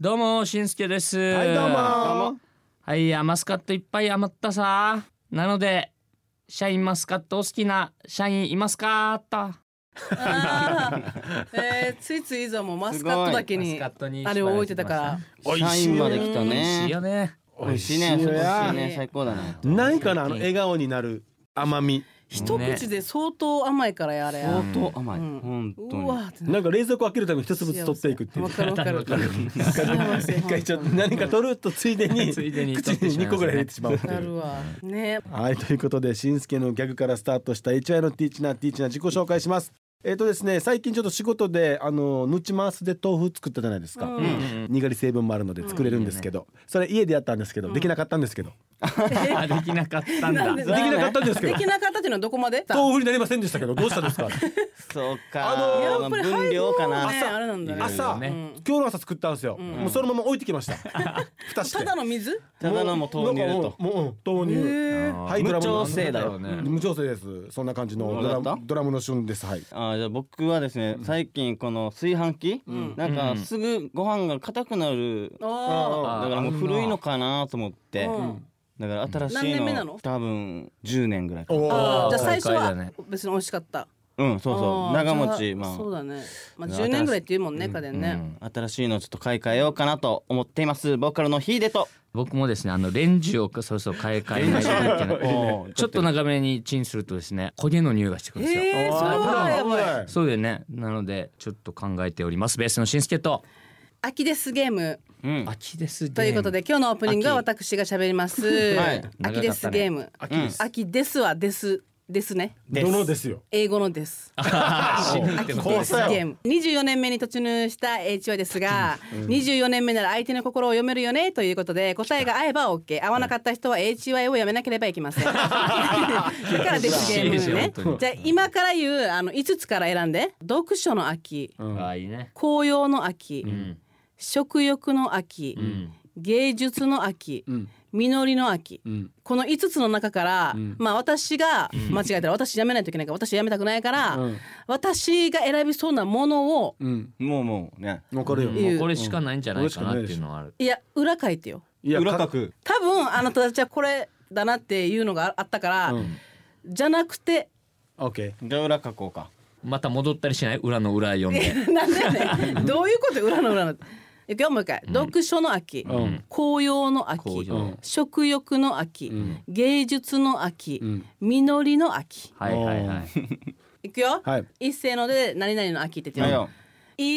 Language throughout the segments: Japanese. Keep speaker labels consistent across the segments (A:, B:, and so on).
A: どうもしんすけです
B: はいどうも
A: はい甘スカットいっぱい余ったさなのでシャインマスカットお好きな社員いますかと
C: あーえー、ついついいざもうマスカットだけ
A: マス
C: に
A: カットに
C: あれを置いてたから
D: おい
B: 社
D: しい
B: 員ま
D: よ
B: で
D: ね
B: 来た
A: いい
B: ね
A: よね
D: おいしいね
B: 美味しいよ
D: 美味しい
C: い
D: ね
C: や
D: 最高だね
E: ないかなあの笑顔になる甘み
C: 一口で相当甘いからやあれ
D: 相当甘い
C: うん
D: 本当
C: う
D: に
C: わーってな
E: なんか冷蔵庫開けるために一粒ずつ取っていくっていう
C: わかるわかるわかる
E: 一回ちょっと何か取ると ついでに
A: ついでに
E: 口
A: 取って
E: に
A: しまいますね
E: 2個ぐらい入れてしまうってい
C: な
E: う
C: るわね
E: はいということでしんすけのギャグからスタートした HI のティーチナーティーチナー自己紹介しますえっ、とですね最近ちょっと仕事であのぬちマースで豆腐作ったじゃないですか、
C: うん
E: にがり成分もあるので作れるんですけど、それ家でやったんですけど、できなかったんですけど、
A: あできなかったんだ
C: なんで
E: できなかったんですけ
C: で
E: ど
C: きなかったっていうのはどこまで
E: 豆腐になりませんでしたけどどうしたんですか
D: そうか
C: やっぱり
D: 分量かな
C: ねあれなんだね
E: 朝、
A: ね
E: 今日の朝作ったんですよ、もうそのまま置いてきました 蓋して
C: ただの水
D: ただのもう豆乳と
E: もうもう豆乳、はいドラム
D: 無
E: の
D: 調整だよ
E: 無調整ですそんな感じのドラ
D: どうだっ
E: ム
D: た
E: ドラムの旬ですはい
D: あーじゃあ僕はですね最近この炊飯器なんかすぐご飯が硬くなる
C: あ
D: だからもう古いのかなと思って
C: うん
D: だから新し
C: 何
D: い
C: 年目な
D: の
C: の
D: 多分10年ぐらいか
E: お
C: ーあー
E: ー
C: じゃあ最初
A: 買い替え
C: は
A: だね
C: 別に美味しかった
D: うんそうそ
C: あー
D: う長
C: じゃ
D: 持ちまあ
C: そうだねまあ
D: 新しい
C: 10年ぐらいっていうもんね家電ね
D: うん新しいのちょっと買い替えようかなと思っていますボーカルのヒーデと
A: 僕もですねあのレンジをそろそろ買い替えないといけない
D: おー
A: ちょっと長めにチンするとですね焦げの匂いがしてくるんですよ、
C: えーそれはやばい
E: ばい
A: そうだよねなのでちょっと考えておりますベースのしんすけと
C: 秋ですゲーム
D: うん
A: 秋です
C: ということで今日のオープニングは
D: 秋
C: 私が喋ります、
D: はい
C: 秋ですゲーム
E: 秋です、
C: 秋ですはですですね
D: です
E: どのですよ
C: 英語のです秋ですゲーム24年目に突入した HY ですが、24年目なら相手の心を読めるよねということで答えが合えば OK 合わなかった人は HY をやめなければいけませんだからですゲームね
A: 厳しい本
C: じゃあ今から言うあの5つから選んで読書の秋
A: ああいいね
C: 紅葉の秋、
A: うん
C: 食欲の秋、
A: うん
C: 芸術の秋、実りの秋、この5つの中から、まあ私が間違えたら私辞めないといけないから私辞めたくないから、私が選びそうなものを
D: もうもうね
E: わかるよ、
C: ん
A: もうこれしかないんじゃないかなっていうのはある
C: いや裏書いてよ
E: いや
D: 裏
E: か
D: 書く
C: 多分あなたたちはこれだなっていうのがあったから、じゃなくて
E: オッケ
D: じゃあ裏書こうか
A: また戻ったりしない裏の裏読んで
C: なんだよね どういうこと裏の裏のいくよもう一回、読書の秋、紅葉の秋
A: 紅葉うん
C: 食欲の秋、芸術の秋、実りの秋
A: はいはいはい
C: いくよ、
E: はい
C: 一斉ので何々の秋って言
D: は
C: っ
D: い
C: て
D: よ
C: よ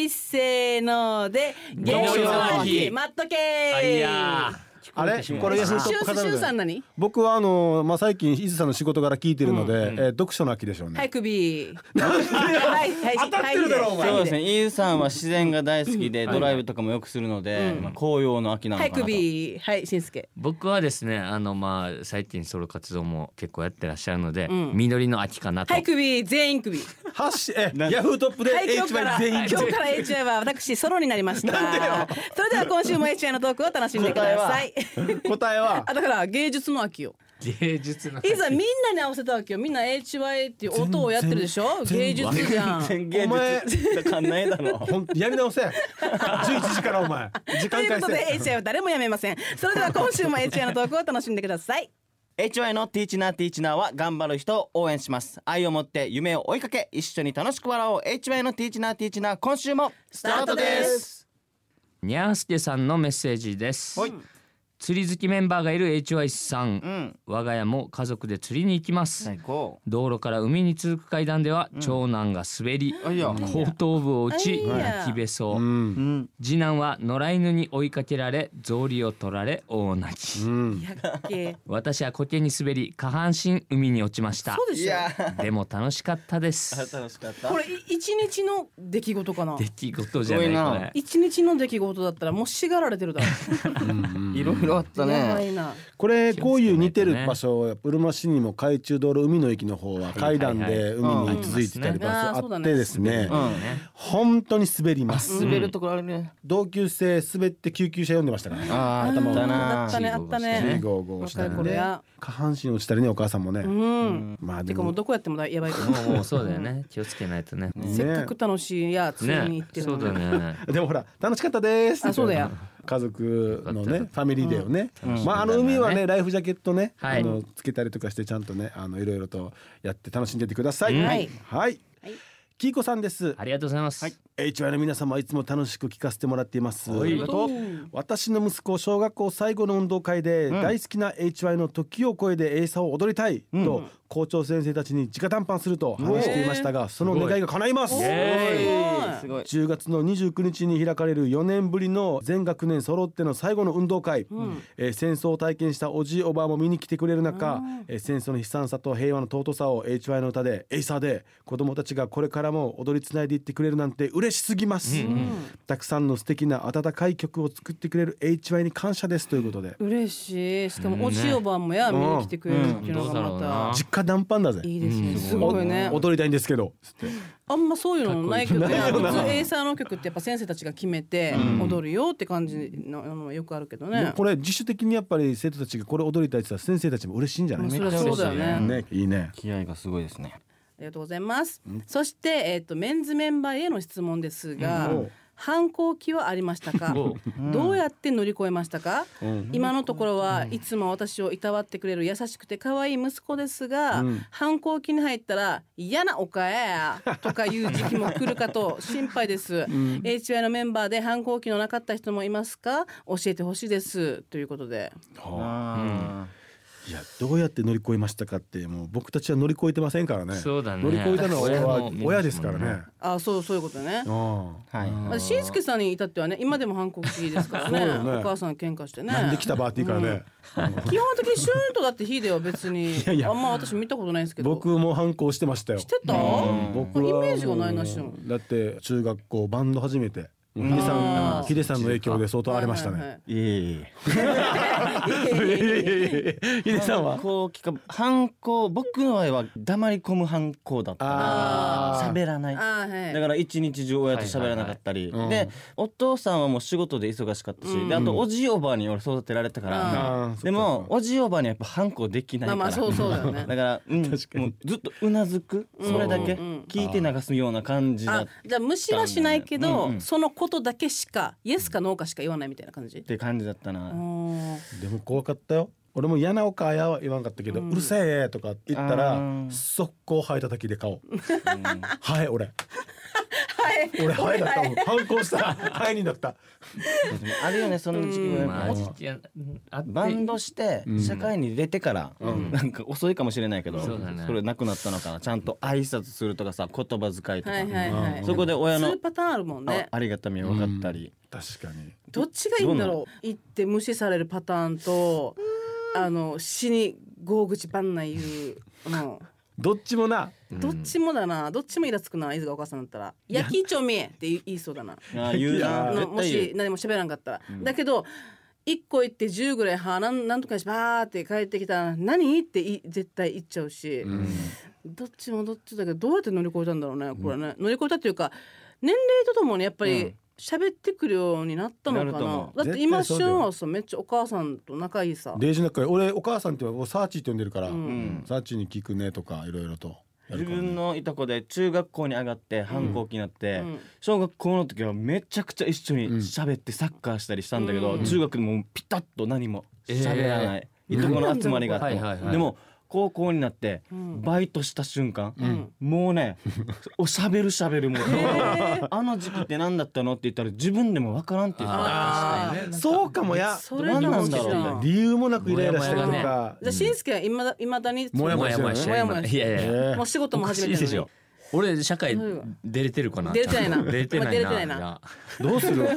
C: 一斉ので芸
A: 芸
C: 術
A: 術
C: の
A: の秋
C: 秋待っとけ
A: あいや
E: ーあれこれ
C: シ
E: 吉
C: ュ
E: 野
C: シ
E: トップ
C: ュ
E: 飾
C: シ
E: る
C: ュ
E: の
C: さん
E: で
C: 何
E: 僕はあのーまあ最近伊豆さんの仕事から聞いてるので、えー読書の秋でしょうね、
C: はい首はいはい当たってるだろお
D: そうですね、イーさんは自然が大好きで、ドライブとかもよくするので、まあ紅葉の秋なの
C: は
D: か
C: い
D: なと。
C: 首はいしんすけ
A: 僕はですねあのまあ最近ソロ活動も結構やってらっしゃるので、
C: ん
A: 実りの秋かなと、
C: はい首全員首
E: はっしえヤフートップで
C: はい今日から
E: HY 全員
C: 今日から HY は私ソロになりましたそれでは今週も HY のトークを楽しんでください
E: 答えは
C: あだから芸術の秋よ
A: 芸術の
C: いざみんなに合わせたわけよみんな HY っていう音をやってるでしょ芸術じゃん
D: 全然 芸術わかんないだろ
E: ほんとやり 直せ11時からお前時
C: とい
E: 間
C: うこ
E: 返
C: とで
E: せ
C: HI は誰もやめませんそれでは今週も HI のトークを楽しんでください
D: HY のティーチナーティーチナーは頑張る人を応援します。愛を持って夢を追いかけ、一緒に楽しく笑おう。HY のティーチナーティーチナー、今週もスタートです。
A: にゃーすけさんのメッセージです、
D: はい
A: 釣り好きメンバーがいる HY さん、
D: うん、
A: 我が家も家族で釣りに行きます、
D: 最高。
A: 道路から海に続く階段では長男が滑り、
D: あいや
A: 後頭部を打ち
C: あいや
A: 泣きべそう、
E: うん
D: うん、
A: 次男は野良犬に追いかけられ草履を取られ大泣き、
E: うん
C: やっけ
A: 私は苔に滑り下半身海に落ちました
C: そうで
D: い
C: しょ
D: や、
A: でも楽しかったです
D: 楽しかった。
C: これい一日の出来事かな
A: 出来事じゃない
D: すごいな
A: これ
C: 一日の出来事だったらもうしがられてるだろう
D: いろいろ広がった
C: やば
D: ね
C: いな
E: これこういう似てる場所やっぱうるま市にも海中道路海の駅の方は階段で海に続いてたりと
C: うんあり
E: か
C: ますね
E: あってですね
D: うん
E: 本当に滑ります
D: 滑るところあるね
E: 同級生滑って救急車呼んでましたからね
D: あーあ
E: 頭
D: っ
E: を
D: た
C: あ
D: な
C: ったねあったね
E: ゴーゴーした
C: 若い
E: ん
C: 頃
E: で
C: や
E: 下半身をしたりねお母さんもね
C: うん
E: まあ
C: て
E: で
C: かも
E: も
C: うどこやってもだやばいけど
A: もうもうそうだよね気をつけないとね
C: せっかく楽しいやつに
A: ね
C: 行ってる
A: そ
C: の
A: うだ
C: に
A: ね
E: でもほら楽しかったです
C: あそうだよ
E: 家族の
A: よ
E: ね
A: か
E: フ
A: っ
E: ァミリーデーをね、
D: ん
E: まああの海はねライフジャケットね、
A: はい
E: あのつけたりとかしてちゃんとねあのいろいろとやって楽しんでってください、
A: うん
C: はい
E: はい、
C: はい
E: キイコさんです
A: ありがとうございます、
E: HY の皆様いつも楽しく聞かせてもらっています
A: はいありがとう
E: 私の息子小学校最後の運動会で、
D: ん
E: 大好きな HY の時を超えでエイサーを踊りたいと、校長先生たちに直談判すると話していましたがその願いが叶います
A: すごい
D: すごい
E: 10月の29日に開かれる4年ぶりの全学年揃っての最後の運動会、えー戦争を体験したおじいおばあも見に来てくれる中、えー戦争の悲惨さと平和の尊さを HY の歌でエイサーで子どもたちがこれからも踊りつないでいってくれるなんて嬉しすぎます、たくさんの素敵な温かい曲を作ってくれる HY に感謝ですということで
C: 嬉しいしかもおしおばもや見に来てくれるっていうのが
A: うんどうだろうな
C: ま
E: 実家談判だぜ
C: たいいですねす
E: お
C: ごいね
E: 踊りたいんですけど
C: あんまそういうのないけどね
E: かっこいい
C: 普通エイサーの曲ってやっぱ先生たちが決めて踊るよって感じののもよくあるけどね
E: これ自主的にやっぱり生徒たちがこれ踊りたいって言ったら先生たちも嬉しいんじゃない、
C: まあそれはそうだよね
E: ねいいね
D: 気合がすごいですね
C: ありがとうございます。そして、えっ、と、メンズメンバーへの質問ですが。
E: うん
C: 反抗期はありましたか。どうやって乗り越えましたか。今のところはいつも私をいたわってくれる優しくて可愛い息子ですが、反抗期に入ったら嫌なおかえやとかいう時期も来るかと心配です、HY のメンバーで反抗期のなかった人もいますか教えてほしいですということで
D: あ
E: いやどうやって乗り越えましたかってもう僕たちは乗り越えてませんからね
A: そうだね
E: 乗り越えたのは親
A: 親
E: は
A: も見ますもんね
E: 親ですからね
C: あそうそういうことね
E: あ
D: ーはい
C: まあ、しんすけさんに至ってはね今でも反抗期ですからね
E: そうよね
C: お母さん喧嘩してね
E: あなんで来たバーティーからね、
C: 基本的にシューンとだってヒデは別に
E: やいや
C: あんま私見たことないんですけど
E: 僕も反抗してましたよ
C: してた、
E: 僕
C: イ
E: は
C: メージがないなしでも
E: もうだって中学校バンド始めてもうヒデさ
C: あ
E: ん
C: ー
E: ヒデさんの影響で相当荒れましたね
D: いえいえ
E: ヒデさんは
D: 反抗期か反抗僕の場合は黙り込む反抗だった
E: あー
D: 喋らない
C: あーはいはいは
D: だ
C: い
D: から一日中親と喋らなかった
E: はい
D: り、
E: はいはいうん
D: でお父さんはもう仕事で忙しかったし、であとおじいおばあに俺育てられたから、
E: あー
D: でもおじいおばあにはやっぱ反抗できない
C: ま
D: か
C: あ
D: ら、
C: まあそうそうだよね
D: だから、うん、もうず
E: 確かに
D: っとうなずくそれだけ聞いて流すような感じだ
C: あ
D: っ
C: じゃあ無視はしないけど、
D: うんうん
C: そのことだけしかイエスかノーかしか言わないみたいな感じ、
D: て感じだったな、
C: うん
E: でも怖かったよ俺も嫌なおかやは言わんかったけど、うるせえとか言った
D: あ
E: ら
D: ー
E: 速攻生えたきで顔、はい俺俺ハエだったもん反抗したらハエにだった
D: あるよねその時期はやっ
A: まあ
D: ぱ、
A: ちっちゃいあって
D: バンドして社会に出てから、なんか遅いかもしれないけど、
A: そうだね
D: それなくなったのかなちゃんと挨拶するとかさ言葉遣いとか、
C: はいはいはい
D: そこで親の
C: 数パターンあるもん
D: あ
C: ね
D: ありがたみが分かったり、
E: 確かに
C: どっちがいいんだろう行って無視されるパターンとあの死に豪口ばんない言う、うん、
E: どっちもな
C: どっちもだなどっちもイラつくな伊豆がお母さんだったら「焼きちょみえ」って言い言いそうだな
D: ああ言う
E: い
D: な
E: や
C: の
D: 絶
C: も
D: 対言
C: し
D: う
C: 何も喋らんかったら、だけど1個行って10ぐらい「はあなんなんとかにしばーって帰ってきたら「何?」ってい絶対言っちゃうし、どっちもどっちだけどどうやって乗り越えたんだろうねこれね、乗り越えたっていうか年齢とともにやっぱ
D: う
C: り
D: ん
C: 喋ってくるようになったの
D: な
C: か
D: ると
C: な
D: 思、
C: だって今
E: 絶対そうだよ
C: 旬はさめっちゃお母さんと仲いいさ
E: デージの中で俺お母さんってはサーチって呼んでるから、
D: ん
E: サーチに聞くねとかいろいろとや
D: 自
E: るからね
D: 分のいとこで中学校に上がって反抗期になって、
C: うん
D: 小学校の時はめちゃくちゃ一緒に喋ってサッカーしたりしたんだけど、中学でもうピタッと何も喋らない、いとこの集まりがあっても、
A: はいはいはい
D: でも高校になってバイトした瞬間、もうね おしゃべるしゃべるもう、 あの時期って何だったのって言ったら自分でも分からんって言った
A: あー
E: そうかもや
C: それが大きい
D: どうなんだろ
C: な
D: う
E: 理由もなくイライラしたりと
A: もやも
E: か、
C: じゃあ、しんすけはいまだ、いまだに。
E: もや
A: もやもやし
C: もやもや
A: いやいやいや
C: もう仕事
A: お
C: も
A: か
C: 始
A: し
C: め
A: い
C: て
A: で
C: る
A: し
C: の
A: ょ俺社会
C: そうよ
A: 出れてるかな
C: 出れてないな
A: ちゃんと出れてないな
C: 出れてないな
A: じゃあ
E: どうする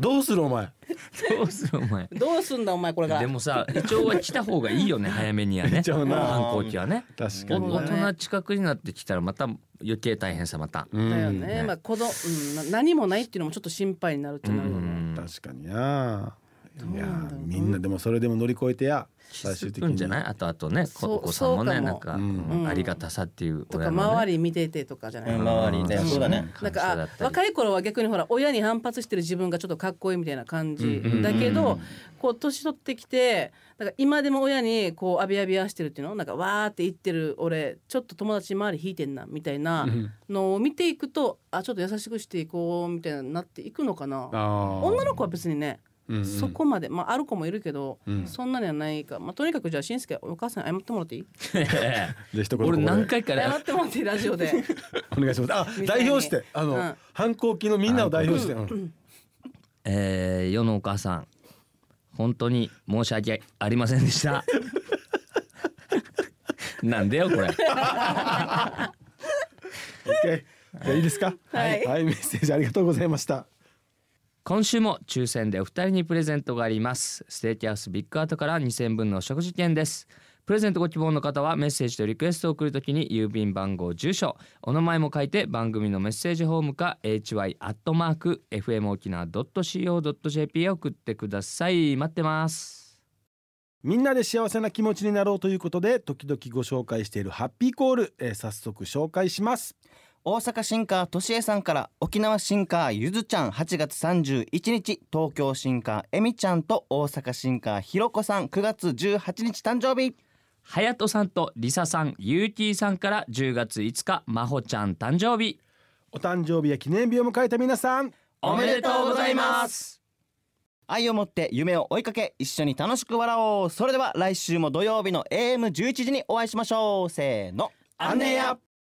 E: どうするお前
A: どうするお 前
C: に。どうすんだ、お前、これから。
A: でもさ胃腸は来た方がいいよね早めにはね
E: ちゃうな
A: 反抗期はね
E: 確か
A: お
E: に
C: う
A: 大
C: ん
A: 人近くになってきたらまた余計大変さまた
C: だよね、まあ、子供、うん、な何もないっていうのもちょっと心配になるってなるよね。
E: 確かにないやーみんなでもそれでも乗り越えてや最終的
A: うん
E: に
A: じゃないあとあとねこ
C: そう
A: お子さんも
C: そ
A: ね
C: うかも
A: なんか、
E: うん
A: ありがたさっていう
C: とか
A: 親の、ね、
C: 周り見ててとかじゃない、
D: うん周りねそうだね
C: なんかあ
A: い
C: 若い頃は逆にほら親に反発してる自分がちょっとかっこいいみたいな感じ、だけどこう年取ってきてなんか今でも親にこうあびあびあしてるっていうのなんかわーって言ってる俺ちょっと友達周り引いてんなみたいなのを見ていくとあちょっと優しくしていこうみたいななっていくのかな女
E: 女
C: の子は別にね、そこまで、まあ、ある子もいるけど、
E: うん
C: そんなにはないか、まあ、とにかくじゃあしんすけお母さんに謝ってもらっていい
E: で一言
A: 俺何
E: こ
A: 回か ね
C: 謝ってもらっていいラジオで。
E: こでお願いしますあ
C: みたいに
E: 代表してあの、
C: うん
E: 反抗期のみんなを代表して、うん
A: えー世のお母さん本当に申し訳ありませんでした なんでよこれ
E: OK じゃあいいですか
C: はい
E: はい、メッセージありがとうございました
A: 今週も抽選でお二人にプレゼントがありますステーキハウスビッグアートから2000分のお食事券ですプレゼントご希望の方はメッセージとリクエストを送るときに郵便番号住所お名前も書いて番組のメッセージホームか hy.fmokina.co.jp へ送ってください待ってます
E: みんなで幸せな気持ちになろうということで時々ご紹介しているハッピーコール、えー早速紹介します
D: 大阪新川としえさんから沖縄新川ゆずちゃん8月31日東京新川えみちゃんと大阪新川ひろこさん9月18日誕生日
A: はやとさんとりささんゆうきーさんから10月5日まほちゃん誕生日
E: お誕生日や記念日を迎えた皆さん
D: おめでとうございます愛を持って夢を追いかけ一緒に楽しく笑おうそれでは来週も土曜日の AM11 時にお会いしましょうせーの
E: 姉や